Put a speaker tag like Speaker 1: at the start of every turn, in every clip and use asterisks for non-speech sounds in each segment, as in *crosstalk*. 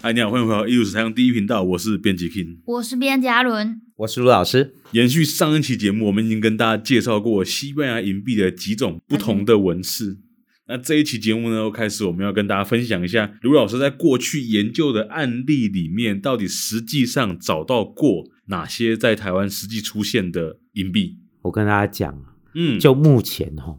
Speaker 1: 嗨，你好，欢迎回到艺术史台上第一频道，我是编辑 King。
Speaker 2: 我是边嘉伦，
Speaker 3: 我是卢老师。
Speaker 1: 延续上一期节目，我们已经跟大家介绍过西班牙银币的几种不同的纹饰。那这一期节目呢，开始我们要跟大家分享一下卢老师在过去研究的案例里面，到底实际上找到过哪些在台湾实际出现的银币。
Speaker 3: 我跟大家讲，啊
Speaker 1: 嗯，
Speaker 3: 就目前哦，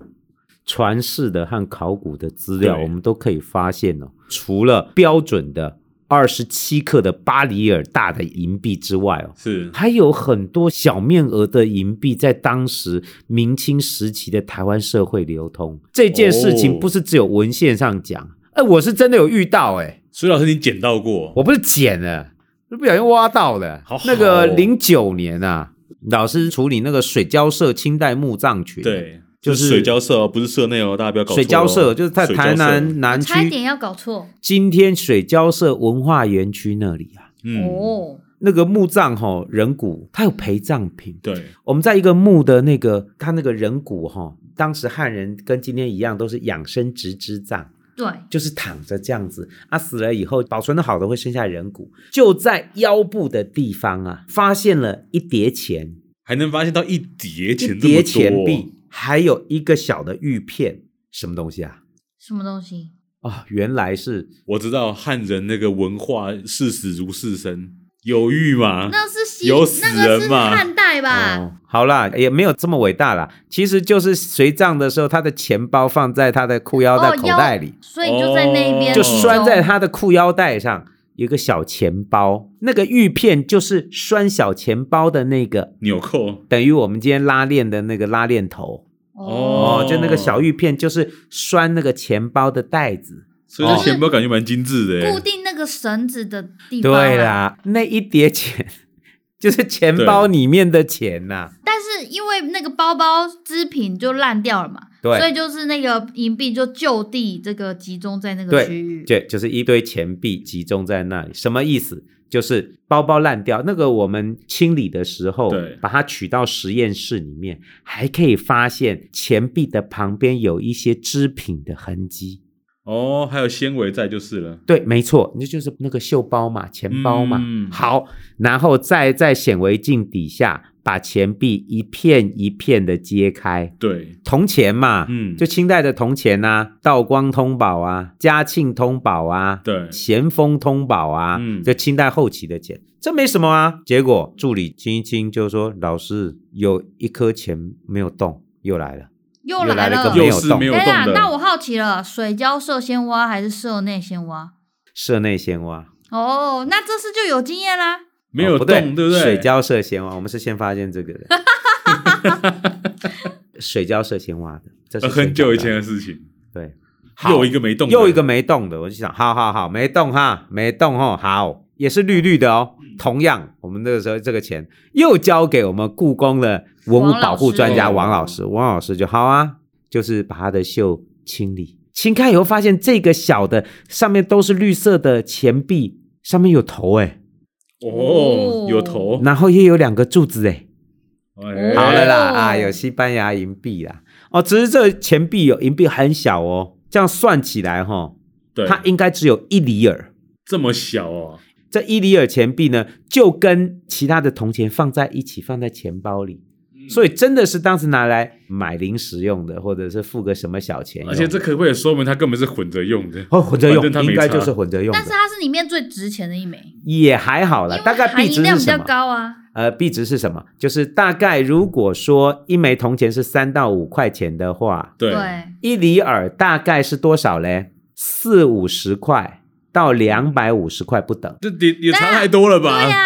Speaker 3: 传世的和考古的资料，
Speaker 1: 对嗯
Speaker 3: 我们都可以发现哦，除了标准的二十七克的巴里尔大的银币之外哦，
Speaker 1: 是
Speaker 3: 还有很多小面额的银币在当时明清时期的台湾社会流通。这件事
Speaker 1: 哦
Speaker 3: 情不是只有文献上讲，哎、我是真的有遇到哎、
Speaker 1: 所以老师，你捡到过？
Speaker 3: 我不是捡了，是不小心挖到的。
Speaker 1: 好好哦
Speaker 3: 那个零九年啊，老师处理那个水交社清代墓葬群，，
Speaker 1: 对，
Speaker 3: 就
Speaker 1: 就是
Speaker 3: 是
Speaker 1: 水交社哦，不是社内哦，大家不要搞错哦。
Speaker 3: 水交社就是在
Speaker 1: 水交
Speaker 3: 台
Speaker 1: 社
Speaker 3: 南南
Speaker 2: 差一
Speaker 3: 区，
Speaker 2: 点要搞错、
Speaker 3: 今天水交社文化园区那里啊，
Speaker 1: 嗯，
Speaker 2: 哦。
Speaker 3: 那个墓葬吼、人骨，它有陪葬品。
Speaker 1: 对，
Speaker 3: 我们在一个墓的那个，它那个人骨哈、当时汉人跟今天一样，都是养生直肢葬。
Speaker 2: 对，
Speaker 3: 就是躺着这样子啊，死了以后保存的好的会剩下人骨，就在腰部的地方啊，发现了一叠钱，
Speaker 1: 还能发现到一叠
Speaker 3: 一
Speaker 1: 钱这么多
Speaker 3: 叠钱币，还有一个小的玉片，什么东西啊？
Speaker 2: 什么东西？
Speaker 3: 啊、原来是
Speaker 1: 我知道汉人那个文化视死如是生，有欲嘛，
Speaker 2: 那是西，
Speaker 1: 有死
Speaker 2: 那个
Speaker 1: 人
Speaker 2: 是
Speaker 1: 嘛
Speaker 2: 汉代吧？
Speaker 3: 哦，好啦，也没有这么伟大啦。其实就是随葬的时候，他的钱包放在他的裤腰带
Speaker 2: 哦
Speaker 3: 口袋里，
Speaker 2: 所以就在那边、
Speaker 1: 腰
Speaker 3: 就
Speaker 1: 哦
Speaker 3: 拴在他的裤腰带上，有一个小钱包。那个玉片就是拴小钱包的那个
Speaker 1: 纽扣
Speaker 3: 等于我们今天拉链的那个拉链头
Speaker 1: 哦
Speaker 3: 哦，就那个小玉片，就是拴那个钱包的带子。
Speaker 1: 所以这
Speaker 2: 哦
Speaker 1: 钱包感觉蛮精致的
Speaker 2: 固
Speaker 1: 欸。
Speaker 2: 定那个绳子的地方、啊
Speaker 3: 对。啦，那一叠钱就是钱包里面的钱呐、
Speaker 2: 但是因为那个包包织品就烂掉了嘛，
Speaker 3: 对
Speaker 2: 所以就是那个银币就就地这个集中在那个区域
Speaker 3: 对，。对，就是一堆钱币集中在那里，什么意思？就是包包烂掉，那个我们清理的时候
Speaker 1: 对，
Speaker 3: 把它取到实验室里面，还可以发现钱币的旁边有一些织品的痕迹。
Speaker 1: 哦，还有纤维在就是了。
Speaker 3: 对，没错，那就是那个袖包嘛，钱包嘛。
Speaker 1: 嗯
Speaker 3: 好，然后再在显微镜底下把钱币一片一片的揭开，
Speaker 1: 对，
Speaker 3: 铜钱嘛，
Speaker 1: 嗯
Speaker 3: 就清代的铜钱呐、道光通宝啊，嘉庆通宝啊，
Speaker 1: 对
Speaker 3: 咸丰通宝啊，
Speaker 1: 嗯
Speaker 3: 就清代后期的钱，这没什么啊。结果助理清一清就说，老师有一颗钱没有动，又来了，
Speaker 2: 又
Speaker 3: 又
Speaker 2: 来
Speaker 3: 来了
Speaker 2: 了。
Speaker 3: 个没
Speaker 1: 又
Speaker 3: 有
Speaker 1: 是
Speaker 3: 动
Speaker 1: 没有
Speaker 2: 等一
Speaker 1: 动
Speaker 2: 下，
Speaker 1: 的。
Speaker 2: 那我好奇了，水胶射先挖还是射内先挖？
Speaker 3: 社内鲜蛙。
Speaker 2: 哦，那这次就有经验啦。
Speaker 1: 没有
Speaker 3: 哦不对
Speaker 1: 动，对不对？
Speaker 3: 水胶射鲜蛙，我们是先发现这
Speaker 1: *laughs*
Speaker 3: 个的。水胶射鲜蛙的，这是
Speaker 1: 呃很久以前
Speaker 3: 水
Speaker 1: 的事情，
Speaker 3: 胶的，对，好
Speaker 1: 又一个没动，
Speaker 3: 又一个。没动的，我就想，好好好，没动哈，没动哈，好，也是绿绿的哦。
Speaker 1: 嗯
Speaker 3: 同样，我们那个时候这个钱又交给我们故宫的文物保护专家
Speaker 1: 王
Speaker 3: 王
Speaker 1: 老
Speaker 3: 老
Speaker 1: 师
Speaker 3: 师，王老师就好啊，就是把他的袖清理，清开以后发现这个小的上面都是绿色的钱币，上面有头哎、
Speaker 1: 哦，有头。
Speaker 3: 然后也有两个柱子哎、
Speaker 1: 哎
Speaker 3: 好了啦
Speaker 2: 哦
Speaker 3: 啊，有西班牙银币啦。哦，只是这钱币有银币很小哦，这样算起来哈、
Speaker 1: 对，
Speaker 3: 它应该只有一里尔。
Speaker 1: 这么小哦，
Speaker 3: 这一里尔钱币呢，就跟其他的铜钱放在一起，放在钱包里，
Speaker 1: 嗯
Speaker 3: 嗯所以真的是当时拿来买零食用的，或者是付个什么小钱
Speaker 1: 而
Speaker 3: 用的。
Speaker 1: 且这可不可以说明它根本是混着用的？
Speaker 3: 哦，混着
Speaker 1: 反正它
Speaker 3: 用
Speaker 1: 没
Speaker 3: 应该
Speaker 1: 差
Speaker 3: 就是混着用
Speaker 2: 但是
Speaker 3: 的，
Speaker 2: 它是里面最值钱的一枚，
Speaker 3: 也还好
Speaker 2: 因
Speaker 3: 啦。
Speaker 2: 为
Speaker 3: 大概
Speaker 2: 含
Speaker 3: 币
Speaker 2: 银
Speaker 3: 值
Speaker 2: 量
Speaker 3: 是
Speaker 2: 比
Speaker 3: 什
Speaker 2: 较
Speaker 3: 么？
Speaker 2: 高啊。
Speaker 3: 呃，币值是什么？就是大概如果说一枚铜钱是三到五块钱的话，
Speaker 1: 对，
Speaker 3: 一里尔大概是多少嘞？四五十块到两百五十块不等。
Speaker 1: 这也也差太多了吧？
Speaker 2: 对呀、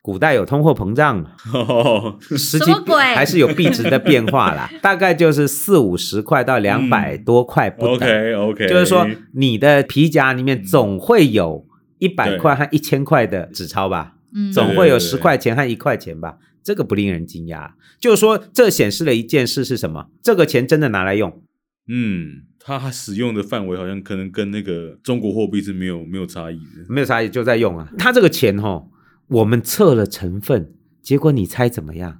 Speaker 3: 古代有通货膨胀嘛，
Speaker 1: 哦，
Speaker 3: 实
Speaker 2: 什
Speaker 3: 际
Speaker 2: 么鬼
Speaker 3: 还是有币值的变化
Speaker 2: *laughs*
Speaker 3: 啦，大概就是四五十块到两百多块 *laughs* 不等。
Speaker 1: OK OK，
Speaker 3: 就是说，你的皮夹里面总会有一百块和一千块的纸钞吧，
Speaker 2: 嗯，
Speaker 3: 总会有
Speaker 1: 对对
Speaker 3: 十块钱和一块钱吧，这个不令人惊讶。就是说，这显示了一件事是什么？这个钱真的拿来用，
Speaker 1: 嗯，它使用的范围好像可能跟那个中国货币是没有没有差异的。
Speaker 3: 没有啥也就在用啊。它这个钱哦，我们测了成分，结果你猜怎么样？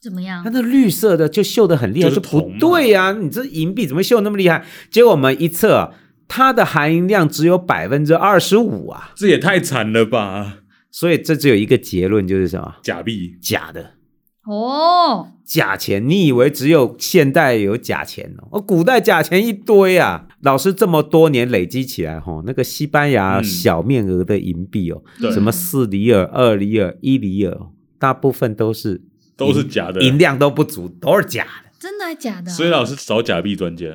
Speaker 2: 怎么样
Speaker 3: 它？那绿色的就锈得很厉害，
Speaker 1: 就是
Speaker 3: 就
Speaker 1: 铜
Speaker 3: 不
Speaker 1: 嘛
Speaker 3: 对呀、你这银币怎么锈那么厉害？结果我们一测，它的含银量只有百分之二十五啊，
Speaker 1: 这也太惨了吧！
Speaker 3: 所以这只有一个结论，就是什么？
Speaker 1: 假币，
Speaker 3: 假的，
Speaker 2: 哦，
Speaker 3: 假钱。你以为只有现代有假钱哦？哦，古代假钱一堆啊！老师这么多年累积起来，吼，那个西班牙
Speaker 1: 嗯
Speaker 3: 小面额的银币哦，
Speaker 1: 对
Speaker 3: 什么四里尔、二里尔、一里尔，大部分都是
Speaker 1: 都是假的。
Speaker 3: 银量都不足，都是假的。
Speaker 2: 真的还假的啊？
Speaker 1: 所以老师找假币专家，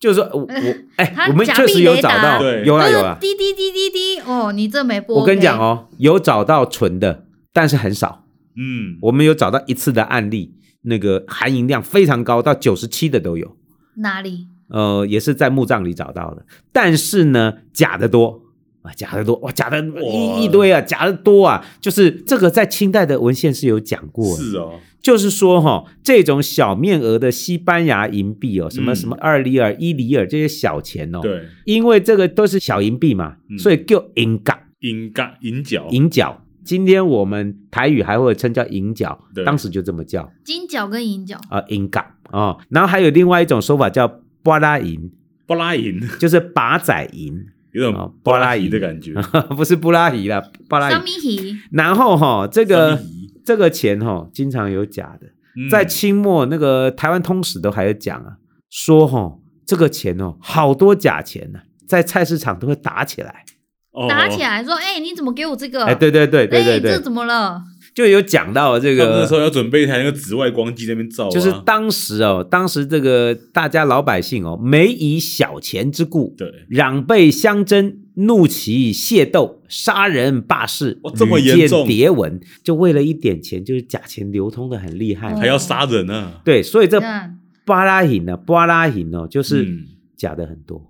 Speaker 3: 就是说
Speaker 2: *laughs*
Speaker 3: 我我哎、
Speaker 2: 他
Speaker 3: 我们
Speaker 2: 假
Speaker 3: 确实
Speaker 2: 币
Speaker 3: 有
Speaker 2: 雷
Speaker 3: 找
Speaker 2: 达
Speaker 3: 到，
Speaker 1: 对
Speaker 3: 有啦啊
Speaker 2: 就
Speaker 3: 有
Speaker 2: 是
Speaker 3: 啦。
Speaker 2: 哎滴滴滴滴滴，哦，你这没播。
Speaker 3: 我跟你讲，哦，有找到纯的，但是很少。
Speaker 1: 嗯，
Speaker 3: 我们有找到一次的案例，那个含银量非常高，到九十七的都有。
Speaker 2: 哪里？
Speaker 3: 呃，也是在墓葬里找到的，但是呢，假的多啊，假的多哇，假的
Speaker 1: 哇
Speaker 3: 一一堆啊，假的多啊，就是这个在清代的文献是有讲过的，
Speaker 1: 是哦，
Speaker 3: 就是说哈、这种小面额的西班牙银币哦，什么
Speaker 1: 嗯
Speaker 3: 什么二里尔、一里尔这些小钱哦，，
Speaker 1: 对，
Speaker 3: 因为这个都是小银币嘛，
Speaker 1: 嗯
Speaker 3: 所以叫银港。
Speaker 1: 银嘎银角，
Speaker 3: 银角。今天我们台语还会称叫银角
Speaker 1: 对，
Speaker 3: 当时就这么叫
Speaker 2: 金角跟银角，
Speaker 3: 啊，银角哦。然后还有另外一种说法叫巴拉银， *laughs*
Speaker 1: 巴拉银， *laughs*
Speaker 3: 就是把仔银， *laughs*
Speaker 1: 有
Speaker 3: 哦
Speaker 1: 种
Speaker 3: 巴
Speaker 1: 巴
Speaker 3: 拉
Speaker 1: 拉
Speaker 3: 银
Speaker 1: 银的感觉。
Speaker 3: 不是布拉伊啦，巴拉
Speaker 2: 三
Speaker 3: 银。
Speaker 2: 米喜
Speaker 3: 然后哈、 *laughs* 这个
Speaker 1: 三米
Speaker 3: 这个钱哈、经常有假的，
Speaker 1: 嗯
Speaker 3: 在清末那个台湾通史都还有讲啊，说哈、这个钱哦，好多假钱呢、在菜市场都会打起来。
Speaker 1: 哦
Speaker 2: 打起来说，哎，你怎么给我这个？
Speaker 3: 哎，对对对对对
Speaker 2: 哎这
Speaker 3: 对，
Speaker 2: 怎么了？
Speaker 3: 就有讲到这
Speaker 1: 他们
Speaker 3: 个
Speaker 1: 那时候要准备一台那个紫外光机在那边照啊，
Speaker 3: 就是当时哦，当时这个大家老百姓哦，每以小钱之故，
Speaker 1: 对，
Speaker 3: 攘辈相争，怒其械斗，杀人罢市
Speaker 1: 哇，这么
Speaker 3: 屡
Speaker 1: 严
Speaker 3: 见
Speaker 1: 重
Speaker 3: 迭闻，就为了一点钱，就是假钱流通的很厉
Speaker 2: 嗯
Speaker 3: 害嘛。
Speaker 1: 还要杀人啊，
Speaker 3: 对，所以这
Speaker 2: 你看，
Speaker 3: 巴拉银呢、巴拉银哦，就是
Speaker 1: 嗯
Speaker 3: 假的很多。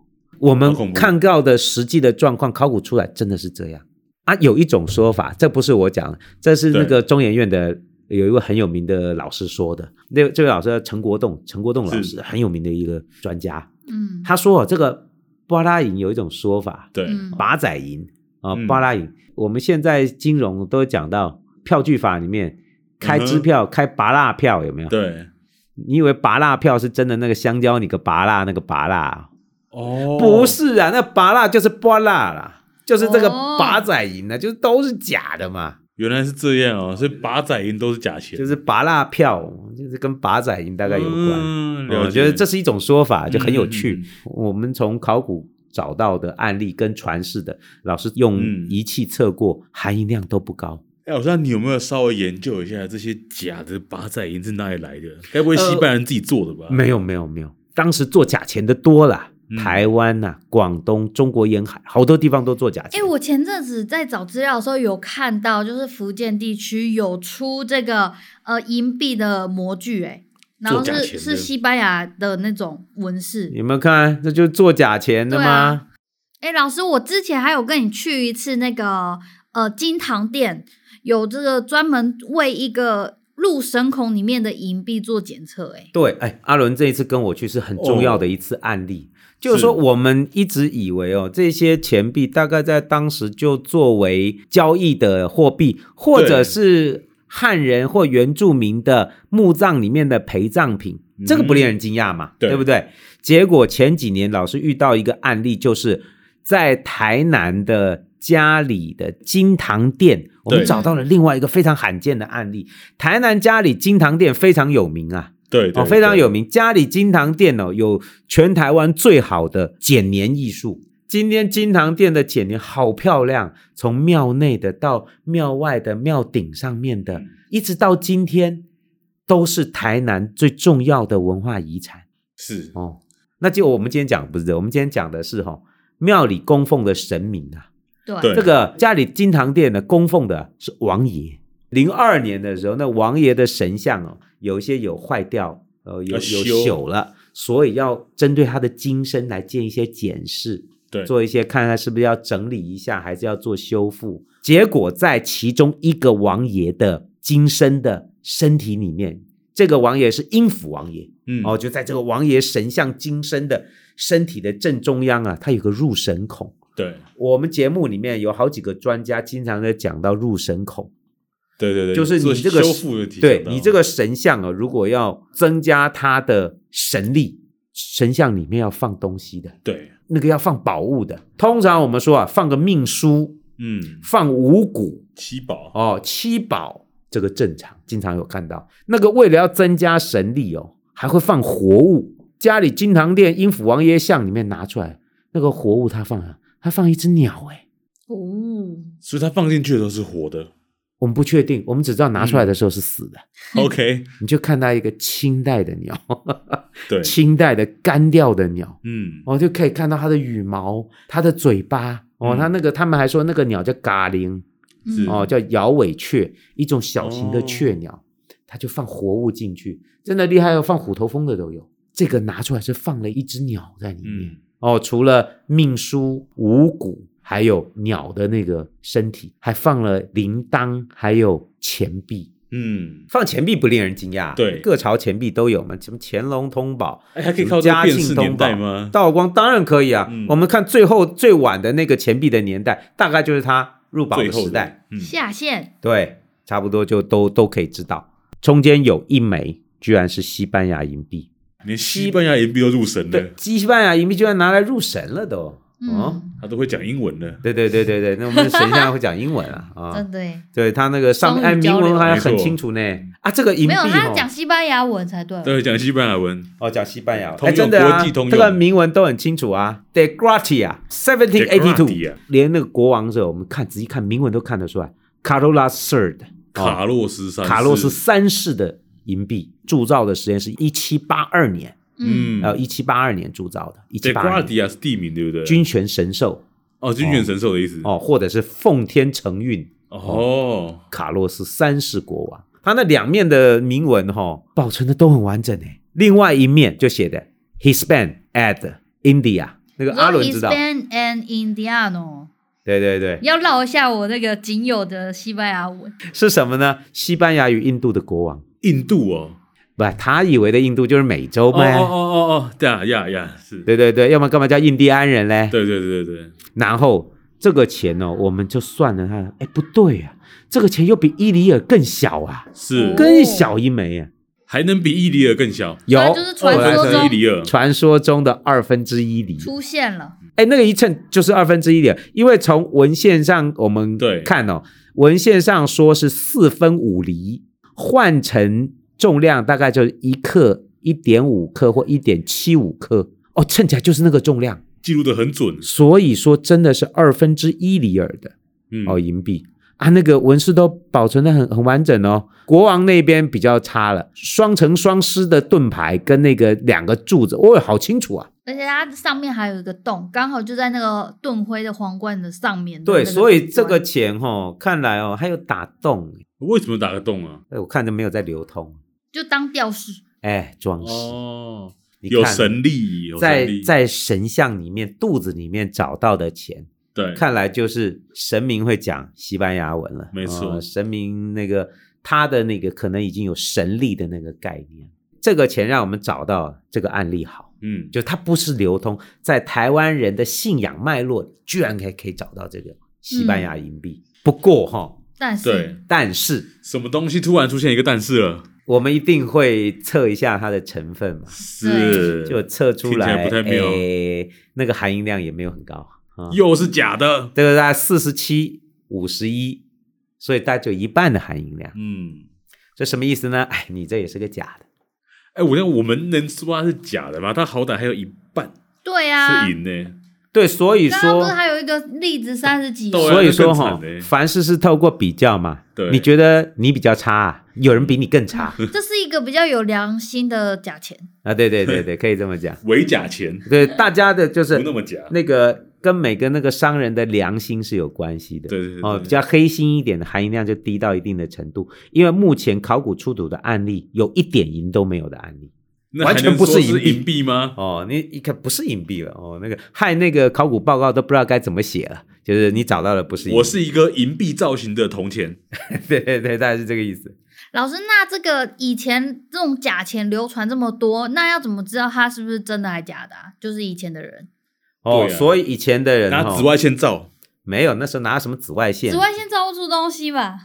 Speaker 1: 好
Speaker 3: 我
Speaker 1: 恐
Speaker 3: 们
Speaker 1: 怖
Speaker 3: 看到的实际的状况，考古出来真的是这样啊。有一种说法，这不是我讲的，这是那
Speaker 1: 对
Speaker 3: 个中研院的有一位很有名的老师说的。那这位老师叫陈国栋，陈国栋老师
Speaker 1: 是
Speaker 3: 很有名的一个专家，
Speaker 2: 嗯，
Speaker 3: 他说、哦、这个巴拉银有一种说法，
Speaker 1: 对，
Speaker 2: 嗯
Speaker 3: 把仔银啊，
Speaker 1: 嗯
Speaker 3: 巴拉银。我们现在金融都讲到票据法里面，开
Speaker 1: 嗯
Speaker 3: 支
Speaker 1: 哼
Speaker 3: 票、开拔蜡票有没有？
Speaker 1: 对，
Speaker 3: 你以为拔蜡票是真的那个香蕉你个拔蜡那个拔蜡啊？
Speaker 1: 哦，
Speaker 3: 不是啊，那拔蜡就是拔蜡啦，就是这个
Speaker 2: 哦
Speaker 3: 拔仔银呢、啊，就是都是假的嘛，
Speaker 1: 原来是这样哦，所以把仔银都是假钱，
Speaker 3: 就是拔蜡票，就是跟拔仔银大概有关。
Speaker 1: 嗯
Speaker 3: 我
Speaker 1: 了
Speaker 3: 觉
Speaker 1: 解，
Speaker 3: 得这是一种说法，就很有趣。
Speaker 1: 嗯嗯嗯
Speaker 3: 我们从考古找到的案例跟传世的，老师用
Speaker 1: 嗯
Speaker 3: 仪器测过，含银量都不高。
Speaker 1: 哎，我知道你有没有稍微研究一下这些假的把仔银是哪里来的？该不会
Speaker 3: 呃
Speaker 1: 西班牙人自己做的吧？
Speaker 3: 没有，没有，没有，当时做假钱的多啦，
Speaker 1: 嗯
Speaker 3: 台湾呐、广东、中国沿海好多地方都做假钱。
Speaker 2: 哎，我前阵子在找资料的时候有看到，就是福建地区有出这个呃银币的模具，哎，然后
Speaker 1: 做假
Speaker 2: 是
Speaker 1: 钱
Speaker 2: 是
Speaker 1: 的
Speaker 2: 西班牙的那种纹饰。
Speaker 3: 你们看，这就是做假钱的吗？
Speaker 2: 对啊哎，老师，我之前还有跟你去一次那个呃金堂店，有这个专门为一个入神孔里面的银币做检测，哎，
Speaker 3: 对，哎，阿伦这一次跟我去是很重要的一次案例，就是说
Speaker 1: 哦是
Speaker 3: 我们一直以为哦，这些钱币大概在当时就作为交易的货币，或者是汉人或原住民的墓葬里面的陪葬品，这个不令人惊讶嘛，
Speaker 1: 嗯对
Speaker 3: 对不对？结果前几年老师遇到一个案例，就是在台南的。家里的金堂店，我们
Speaker 1: 对
Speaker 3: 找到了另外一个非常罕见的案例。台南家里金堂店非常有名啊，
Speaker 1: 对，对
Speaker 3: 哦，非常
Speaker 1: 对
Speaker 3: 有名。家里金堂店哦，有全台湾最好的剪年艺术。今天金堂店的剪年好漂亮，从庙内的到庙外的、庙顶上面的
Speaker 1: 嗯，
Speaker 3: 一直到今天，都是台南最重要的文化遗产
Speaker 1: 是
Speaker 3: 哦。那就我们今天讲不是的，我们今天讲的是哈、哦、庙里供奉的神明啊。
Speaker 2: 对，
Speaker 1: 对
Speaker 3: 这个家里金堂殿呢，供奉的是王爷。零二年的时候，那王爷的神像哦，有一些有坏掉，呃，有有
Speaker 1: 要修
Speaker 3: 朽了，所以要针对他的金身来建一些检视，
Speaker 1: 对，
Speaker 3: 做一些看看是不是要整理一下，还是要做修复。结果在其中一个王爷的金身的身体里面，这个王爷是阴府王爷，
Speaker 1: 嗯
Speaker 3: 哦，就在这个王爷神像金身的身体的正中央啊，它有个入神孔。
Speaker 1: 对
Speaker 3: 我们节目里面有好几个专家经常在讲到入神孔，
Speaker 1: 对对对，
Speaker 3: 就是你
Speaker 1: 做
Speaker 3: 这个
Speaker 1: 修复的提升
Speaker 3: 对
Speaker 1: 到
Speaker 3: 你这个神像啊，如果要增加它的神力，神像里面要放东西的。
Speaker 1: 对
Speaker 3: 那个要放宝物的。通常我们说啊，放个命书，
Speaker 1: 嗯，
Speaker 3: 放五谷
Speaker 1: 七宝，
Speaker 3: 哦，七宝这个正常，经常有看到。那个为了要增加神力哦，还会放活物。家里金堂殿阴府王爷像里面拿出来那个活物，他放啊，他放一只鸟哎、
Speaker 2: 哦，
Speaker 1: 所以它放进去的时候是活
Speaker 3: *laughs*
Speaker 1: 的。
Speaker 3: 我们不确定，我们只知道拿出来的时候是死的。
Speaker 1: OK，
Speaker 3: 你就看到一个清代的鸟，
Speaker 1: 对，
Speaker 3: *laughs* 清代的干掉的鸟，
Speaker 1: 嗯，
Speaker 3: 哦，就可以看到它的羽毛、它的嘴巴，哦，
Speaker 1: 嗯
Speaker 3: 它那个他们还说那个鸟叫嘎铃，
Speaker 2: 嗯
Speaker 1: 是
Speaker 3: 哦，叫摇尾雀，一种小型的
Speaker 1: 哦
Speaker 3: 雀鸟，它就放活物进去，真的厉害哦，放虎头蜂的都有。这个拿出来是放了一只鸟在里面，
Speaker 1: 嗯，
Speaker 3: 哦，除了命书、五谷，还有鸟的那个身体，还放了铃铛，还有钱币。
Speaker 1: 嗯，
Speaker 3: 放钱币不令人惊讶，
Speaker 1: 对
Speaker 3: 各朝钱币都有嘛，什么乾隆通宝、
Speaker 1: 哎，还可以靠这个
Speaker 3: 嘉
Speaker 1: 变式
Speaker 3: 庆
Speaker 1: 年
Speaker 3: 通宝
Speaker 1: 代吗？
Speaker 3: 道光，当然可以啊。
Speaker 1: 嗯
Speaker 3: 我们看最后最晚的那个钱币的年代，大概就是他入宝
Speaker 1: 最
Speaker 3: 的
Speaker 1: 后
Speaker 3: 时代，
Speaker 1: 的，嗯，
Speaker 2: 下线
Speaker 3: 对，差不多就都都可以知道。中间有一枚居然是西班牙银币，
Speaker 1: 连西班牙银币都入神
Speaker 3: 对
Speaker 1: 了，，
Speaker 3: 西班牙银币居然拿来入神了都。哦，
Speaker 2: 嗯，
Speaker 1: 他都会讲英文了。
Speaker 3: 对对对
Speaker 1: *laughs*
Speaker 3: 对对，那我们神像会讲英文啊啊
Speaker 2: *laughs* 真，的耶，
Speaker 3: 对他那个上面哎
Speaker 2: 双语交
Speaker 3: 铭
Speaker 2: 流
Speaker 3: 文还
Speaker 1: 没错
Speaker 3: 很清楚呢啊，这个银币
Speaker 2: 没有他
Speaker 3: 哦
Speaker 2: 讲西班牙文才对，哦
Speaker 1: 对，讲西班牙文
Speaker 3: 哦，讲西班牙，
Speaker 1: 通
Speaker 3: 哎，
Speaker 1: 用
Speaker 3: 真的啊，
Speaker 1: 国际通用
Speaker 3: 这个铭文都很清楚啊。De Gratia seventeen
Speaker 1: De
Speaker 3: eighty
Speaker 1: Gratia
Speaker 3: two，连那个国王的时候，我们看仔细看铭文都看得出来。卡罗拉 third，
Speaker 1: 卡洛斯三世，
Speaker 3: 哦卡洛斯三世的银币铸造的时间是一七八二年，
Speaker 2: 嗯，
Speaker 1: 嗯，
Speaker 3: 呃，一七八二年铸造的，一七
Speaker 1: 对，
Speaker 3: 八
Speaker 1: 瓜
Speaker 3: 二
Speaker 1: 尔迪亚是地名，对不对？
Speaker 3: 军权神兽
Speaker 1: 哦，军犬神兽的意思。
Speaker 3: 哦，或者是奉天承运
Speaker 1: 哦，
Speaker 3: 卡洛斯三世国王，他那两面的铭文哈、保存的都很完整诶。另外一面就写的 Hispan at India，那个阿伦知道，
Speaker 2: Hispan and Indiano，
Speaker 3: 对对对，
Speaker 2: 要绕一下我那个仅有的西班牙文，
Speaker 3: 是什么呢？西班牙与印度的国王，
Speaker 1: 印度哦，
Speaker 3: 不，他以为的印度就是美洲
Speaker 1: 哦哦
Speaker 3: 呗。
Speaker 1: 哦哦哦，对啊，呀呀，是，对
Speaker 3: 对对对，要么干嘛叫印第安人嘞？
Speaker 1: 对对对对，
Speaker 3: 然后这个钱哦，我们就算了它，哎，不对啊，这个钱又比伊里尔更小啊，
Speaker 1: 是，
Speaker 2: 跟
Speaker 3: 更小一枚啊。
Speaker 1: 还能比伊里尔更小，
Speaker 3: 有，
Speaker 2: 那就是传
Speaker 3: 我来
Speaker 2: 说
Speaker 3: 说
Speaker 1: 伊
Speaker 2: 中
Speaker 1: 里尔，
Speaker 3: 传说中的二分之一里。
Speaker 2: 出现了，
Speaker 3: 哎，那个一称就是二分之一点，因为从文献上我们
Speaker 1: 对
Speaker 3: 看哦，文献上说是四分五厘，换成重量大概就是一克、一点五克或一点七五克，哦，称起来就是那个重量，
Speaker 1: 记录的很准，
Speaker 3: 所以说真的是二分之一里尔的
Speaker 1: 嗯，
Speaker 3: 哦银币啊，那个纹饰都保存的很很完整哦。国王那边比较差了，双层双狮的盾牌跟那个两个柱子，哦，好清楚啊。
Speaker 2: 而且它上面还有一个洞，刚好就在那个盾徽的皇冠的上面。
Speaker 3: 对，
Speaker 2: 那
Speaker 3: 所以这
Speaker 2: 皇
Speaker 3: 个钱哦，看来哦还有打洞，
Speaker 1: 为什么打个洞啊？
Speaker 3: 哎我看着没有在流通，
Speaker 2: 冠就当吊饰，
Speaker 3: 哎，装饰，
Speaker 1: 哦，
Speaker 3: 你
Speaker 1: 有
Speaker 3: 看
Speaker 1: 神力，有
Speaker 3: 在
Speaker 1: 神力，
Speaker 3: 在神像里面肚子里面找到的钱，
Speaker 1: 对，
Speaker 3: 看来就是神明会讲西班牙文了，
Speaker 1: 没错
Speaker 3: 呃神明那个他的那个可能已经有神力的那个概念。这个钱让我们找到这个案例好，
Speaker 1: 嗯，
Speaker 3: 就它不是流通，在台湾人的信仰脉络里，居然还可以找到这个西班牙银币。不过哈、
Speaker 2: 但是
Speaker 1: 对，
Speaker 3: 但是
Speaker 1: 什么东西突然出现一个但是了？
Speaker 3: 我们一定会测一下它的成分嘛，
Speaker 1: 是，
Speaker 3: 就测出
Speaker 1: 听起来
Speaker 3: 来，
Speaker 1: 不太妙
Speaker 3: 诶那个含银量也没有很高啊，
Speaker 1: 又是假的，
Speaker 3: 这个大概四十七、五十一，所以大概就一半的含银量，
Speaker 1: 嗯。
Speaker 3: 这什么意思呢？哎，你这也是个假的，
Speaker 1: 哎，我那我们能说它是假的吗？它好歹还有一半
Speaker 2: 对啊
Speaker 1: 是，银呢。
Speaker 3: 对，所以
Speaker 2: 刚刚不
Speaker 3: 说
Speaker 2: 是，还有一个例子三十几，
Speaker 1: 对啊
Speaker 3: 所以说
Speaker 1: 那更
Speaker 3: 哈
Speaker 1: 惨嘞，
Speaker 3: 凡事是透过比较嘛，
Speaker 1: 对
Speaker 3: 你觉得你比较差、啊，有人比你
Speaker 1: *laughs*
Speaker 3: 更差
Speaker 2: 这是一个比较有良心的假钱，
Speaker 3: 啊，对对对对，可以这么讲，
Speaker 1: 伪假钱
Speaker 3: 对，大家的就是
Speaker 1: 不那么假，
Speaker 3: 那个跟每个那个商人的良心是有关系的。
Speaker 1: 对对对
Speaker 3: 哦，
Speaker 1: 对
Speaker 3: 比较黑心一点的含银量就低到一定的程度，因为目前考古出土的案例有一点银都没有的案例。
Speaker 1: 那
Speaker 3: 完
Speaker 1: 还
Speaker 3: 全
Speaker 1: 能
Speaker 3: 不
Speaker 1: 说
Speaker 3: 是
Speaker 1: 是
Speaker 3: 银币
Speaker 1: 银币吗？
Speaker 3: 哦，你一看不是银币了哦，那个 *laughs* 害那个考古报告都不知道该怎么写了，就是你找到的不是银币， *laughs*
Speaker 1: 我是一个银币造型的铜钱，
Speaker 3: 对对对，大概是这个意思。
Speaker 2: 老师，那这个以前这种假钱流传这么多，那要怎么知道它是不是真的还假的、啊？就是以前的人，
Speaker 3: 哦，
Speaker 1: 对啊
Speaker 3: 所以以前的人
Speaker 1: 拿
Speaker 3: 哦
Speaker 1: 紫外线照，
Speaker 3: 没有那时候拿什么紫外线
Speaker 2: 紫，外线照不出东西吧？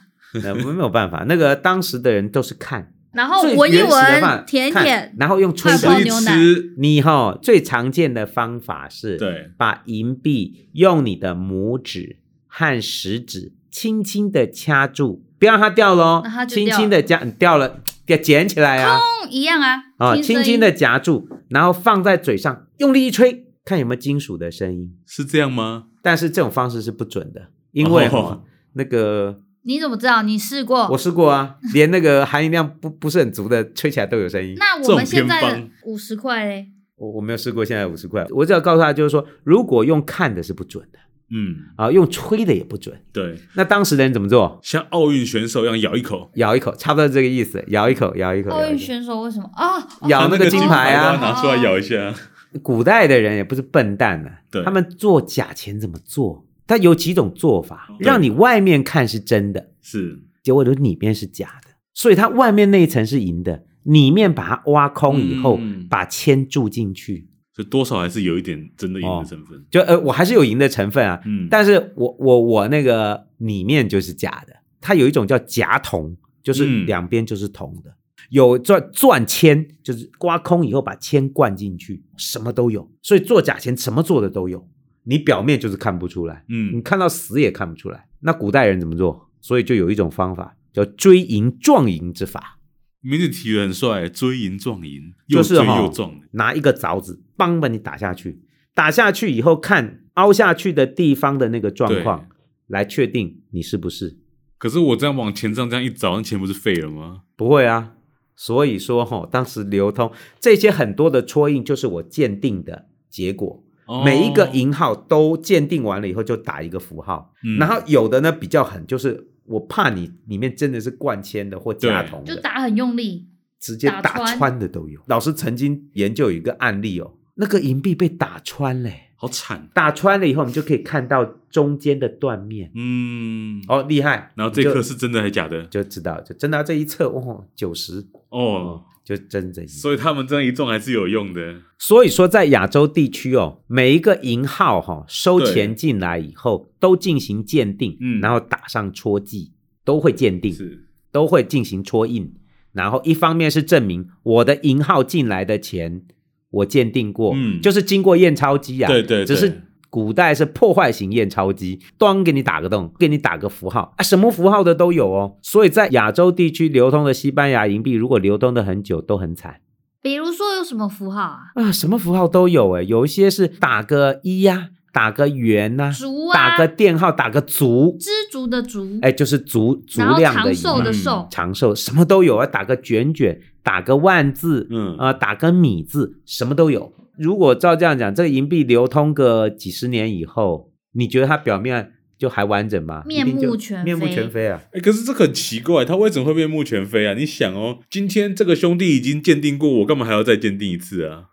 Speaker 3: 那没有办法，那个当时的人都是看
Speaker 2: 然后
Speaker 3: 最
Speaker 2: 闻一
Speaker 3: 原始的
Speaker 2: 闻，
Speaker 3: 饭
Speaker 2: 舔一
Speaker 3: 看
Speaker 2: 舔，
Speaker 3: 然后用吹
Speaker 2: 快
Speaker 3: 的
Speaker 2: 泡
Speaker 1: 所以
Speaker 2: 牛奶
Speaker 1: 吃
Speaker 3: 你哈、最常见的方法是，
Speaker 1: 对，
Speaker 3: 把银币用你的拇指和食指轻轻的掐住，不要让它掉喽
Speaker 2: 啊那它，就
Speaker 3: 轻
Speaker 2: 掉
Speaker 3: 轻的夹嗯掉了，给捡起来啊，
Speaker 2: 嗯，一样啊，
Speaker 3: 啊，
Speaker 2: 听声
Speaker 3: 轻轻
Speaker 2: 音
Speaker 3: 的夹住，然后放在嘴上，用力一吹，看有没有金属的声音。
Speaker 1: 是这样吗？
Speaker 3: 但是这种方式是不准的，因为、哈
Speaker 1: 哦
Speaker 3: 那个
Speaker 2: 你怎么知道？你试过？
Speaker 3: 我试过啊，连那个含银量不不是很足的吹起来都有声音。
Speaker 2: 哦那
Speaker 1: 这
Speaker 2: 我
Speaker 1: 种
Speaker 2: 们现在
Speaker 1: 偏
Speaker 2: 的
Speaker 1: 方
Speaker 2: 五十块嘞，
Speaker 3: 我我没有试过，现在五十块，我只要告诉他就是说，如果用看的是不准的
Speaker 1: 嗯，
Speaker 3: 啊，用吹的也不准。
Speaker 1: 对，
Speaker 3: 那当时的人怎么做？
Speaker 1: 像奥运选手一样咬一口，
Speaker 3: 咬一口，差不多这个意思，咬一口，咬一口，
Speaker 2: 奥
Speaker 3: 咬
Speaker 2: 运
Speaker 3: 一口。
Speaker 2: 选手为什么啊？哦
Speaker 3: 咬那个金牌
Speaker 1: 把
Speaker 3: 啊
Speaker 1: 它拿出来咬一下，
Speaker 3: 古代的人也不是笨蛋呢、
Speaker 1: 对
Speaker 3: 他们做假钱怎么做？他有几种做法，
Speaker 1: 对
Speaker 3: 让你外面看是真的，
Speaker 1: 是
Speaker 3: 结果里面是假的，所以它外面那一层是银的，里面把它挖空以后，
Speaker 1: 嗯
Speaker 3: 把铅注进去，
Speaker 1: 所以多少还是有一点真的赢的成分。
Speaker 3: 就呃，我还是有银的成分啊，
Speaker 1: 嗯，
Speaker 3: 但是我我我那个里面就是假的，它有一种叫夹铜，就是
Speaker 1: 嗯
Speaker 3: 两边就是铜的，有钻钻铅，就是挖空以后把铅灌进去，什么都有，所以做假钱什么做的都有，你表面就是看不出来，你
Speaker 1: 嗯，
Speaker 3: 看到死也看不出来。那古代人怎么做？所以就有一种方法叫追银撞银之法，
Speaker 1: 名字提的很帅，追银撞银，又
Speaker 3: 就是
Speaker 1: 追
Speaker 3: 哈
Speaker 1: 又撞，
Speaker 3: 拿一个凿子，梆把你打下去，打下去以后看凹下去的地方的那个状
Speaker 1: 对
Speaker 3: 况，来确定你是不是。
Speaker 1: 可是我这样往前这样这样一找，那钱不是废了吗？
Speaker 3: 不会啊。所以说哈、当时流通这些很多的戳印，就是我鉴定的结果。
Speaker 1: 哦
Speaker 3: 每一个银号都鉴定完了以后，就打一个符号。
Speaker 1: 嗯
Speaker 3: 然后有的呢比较狠，就是我怕你里面真的是灌铅的或加铜
Speaker 2: 就
Speaker 3: 的，
Speaker 2: 打很用力，
Speaker 3: 直接
Speaker 2: 打
Speaker 3: 打
Speaker 2: 穿
Speaker 3: 穿的都有。老师曾经研究有一个案例哦，那个银币被打穿嘞，
Speaker 1: 好惨，
Speaker 3: 打穿了以后，我们就可以看到中间的断面。
Speaker 1: 嗯，
Speaker 3: 哦，厉害！
Speaker 1: 然后这
Speaker 3: 你就
Speaker 1: 颗是真的还假的？
Speaker 3: 就知道，就真到这一侧，哦，九十
Speaker 1: 哦，，
Speaker 3: 就真这一侧。
Speaker 1: 所以他们这样一撞还是有用的。
Speaker 3: 所以说，在亚洲地区哦，每一个银号哈、收钱进来以后，都进行鉴定，
Speaker 1: 嗯
Speaker 3: 然后打上戳记，都会鉴定，
Speaker 1: 是，
Speaker 3: 都会进行戳印。然后一方面是证明我的银号进来的钱，我鉴定过，
Speaker 1: 嗯
Speaker 3: 就是经过验钞机啊，
Speaker 1: 对对对
Speaker 3: 只是古代是破坏型验钞机，咚给你打个洞，给你打个符号啊，什么符号的都有哦。所以在亚洲地区流通的西班牙银币，如果流通的很久，都很惨。
Speaker 2: 比如说有什么符号啊？
Speaker 3: 啊，什么符号都有哎，有一些是打个一呀、打个圆呐、
Speaker 2: 竹
Speaker 3: 打
Speaker 2: 啊，
Speaker 3: 个电号，打个足，
Speaker 2: 知足的足，
Speaker 3: 哎，就是足足
Speaker 2: 然后
Speaker 3: 量的
Speaker 2: 长
Speaker 3: 一
Speaker 2: 寿的
Speaker 1: 嗯
Speaker 2: 寿，
Speaker 3: 长寿什么都有啊，打个卷卷，打个万字，
Speaker 1: 嗯
Speaker 3: 啊、打个米字，什么都有。如果照这样讲，这个银币流通个几十年以后，你觉得它表面就还完整吗？一
Speaker 2: 面
Speaker 3: 定就
Speaker 2: 目全
Speaker 3: 面目
Speaker 2: 非
Speaker 3: 全非啊！
Speaker 1: 哎、可是这个很奇怪，它为什么会面目全非啊？你想哦，今天这个兄弟已经鉴定过，我干嘛还要再鉴定一次啊？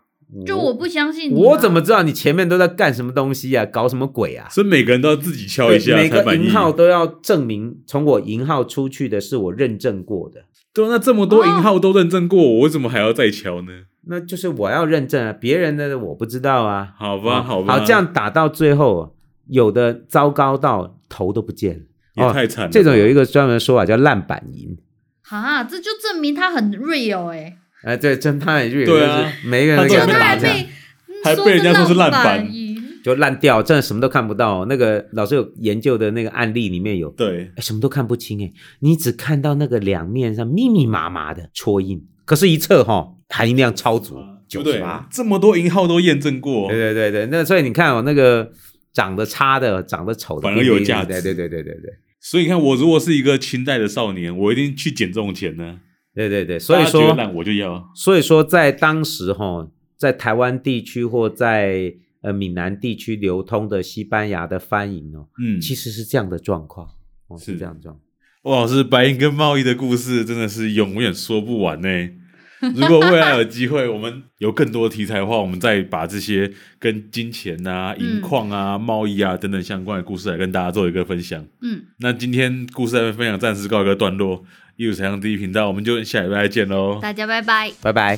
Speaker 2: 就我不相信你啊，
Speaker 3: 我怎么知道你前面都在干什么东西啊？搞什么鬼啊？
Speaker 1: 所以每个人都要自己敲
Speaker 3: 对，
Speaker 1: 一下
Speaker 3: 每
Speaker 1: 才
Speaker 3: 个
Speaker 1: 满意
Speaker 3: 银。号都要证明从我银号出去的是我认证过的，
Speaker 1: 对啊，那这么
Speaker 3: 哦
Speaker 1: 多银号都认证过，我为什么还要再敲呢？
Speaker 3: 那就是我要认证啊，别人的我不知道啊。
Speaker 1: 好吧，好吧，
Speaker 3: 好，这样打到最后，有的糟糕到头都不见了。哦
Speaker 1: 也太惨了吧、
Speaker 3: 这种有一个专门说法叫烂板银，
Speaker 2: 啊？这就证明他很 real 哎，
Speaker 3: 哎，对，真他很锐，
Speaker 1: 对啊
Speaker 3: 就是每个人
Speaker 1: 他
Speaker 3: 都
Speaker 1: 这对种
Speaker 3: 给
Speaker 2: 就
Speaker 1: 被
Speaker 2: 他
Speaker 3: 打
Speaker 1: 烂
Speaker 2: 还
Speaker 3: 这样
Speaker 2: 被
Speaker 3: 啊
Speaker 1: 还被人家说是烂板
Speaker 2: 银
Speaker 3: 就烂掉，真的什么都看不到。那个老师有研究的那个案例里面有，
Speaker 1: 对，
Speaker 3: 哎，什么都看不清哎，你只看到那个两面上密密麻麻的戳印，可是一测哈、含银量超足，
Speaker 1: 对
Speaker 3: 九
Speaker 1: 不
Speaker 3: 十
Speaker 1: 啊对
Speaker 3: 八。？
Speaker 1: 这么多银号都验证过
Speaker 3: 对，对对对，那所以你看哦，那个长得差的、长得丑的，
Speaker 1: 反而有价值
Speaker 3: 对对对对对对
Speaker 1: 所以你看，我如果是一个清代的少年，我一定去捡这种钱呢、
Speaker 3: 对对对，所以
Speaker 1: 大家觉得
Speaker 3: 说，
Speaker 1: 烂我就要，
Speaker 3: 所以说在当时哈、在台湾地区或在呃闽南地区流通的西班牙的翻银哦，
Speaker 1: 嗯，
Speaker 3: 其实是这样的状况，哦
Speaker 1: 是
Speaker 3: 这样的状况。
Speaker 1: 哇，老师，白银跟贸易的故事真的是永远说不完呢、如果未来有机会，我们有更多题材的话，我们再把这些跟金钱啊、
Speaker 3: 嗯
Speaker 1: 银矿啊、贸易啊等等相关的故事来跟大家做一个分享。
Speaker 2: 嗯，
Speaker 1: 那今天故事的分享暂时告一个段落，一如常常第一频道，我们就下礼拜再见喽，
Speaker 2: 大家拜拜。
Speaker 3: 拜拜。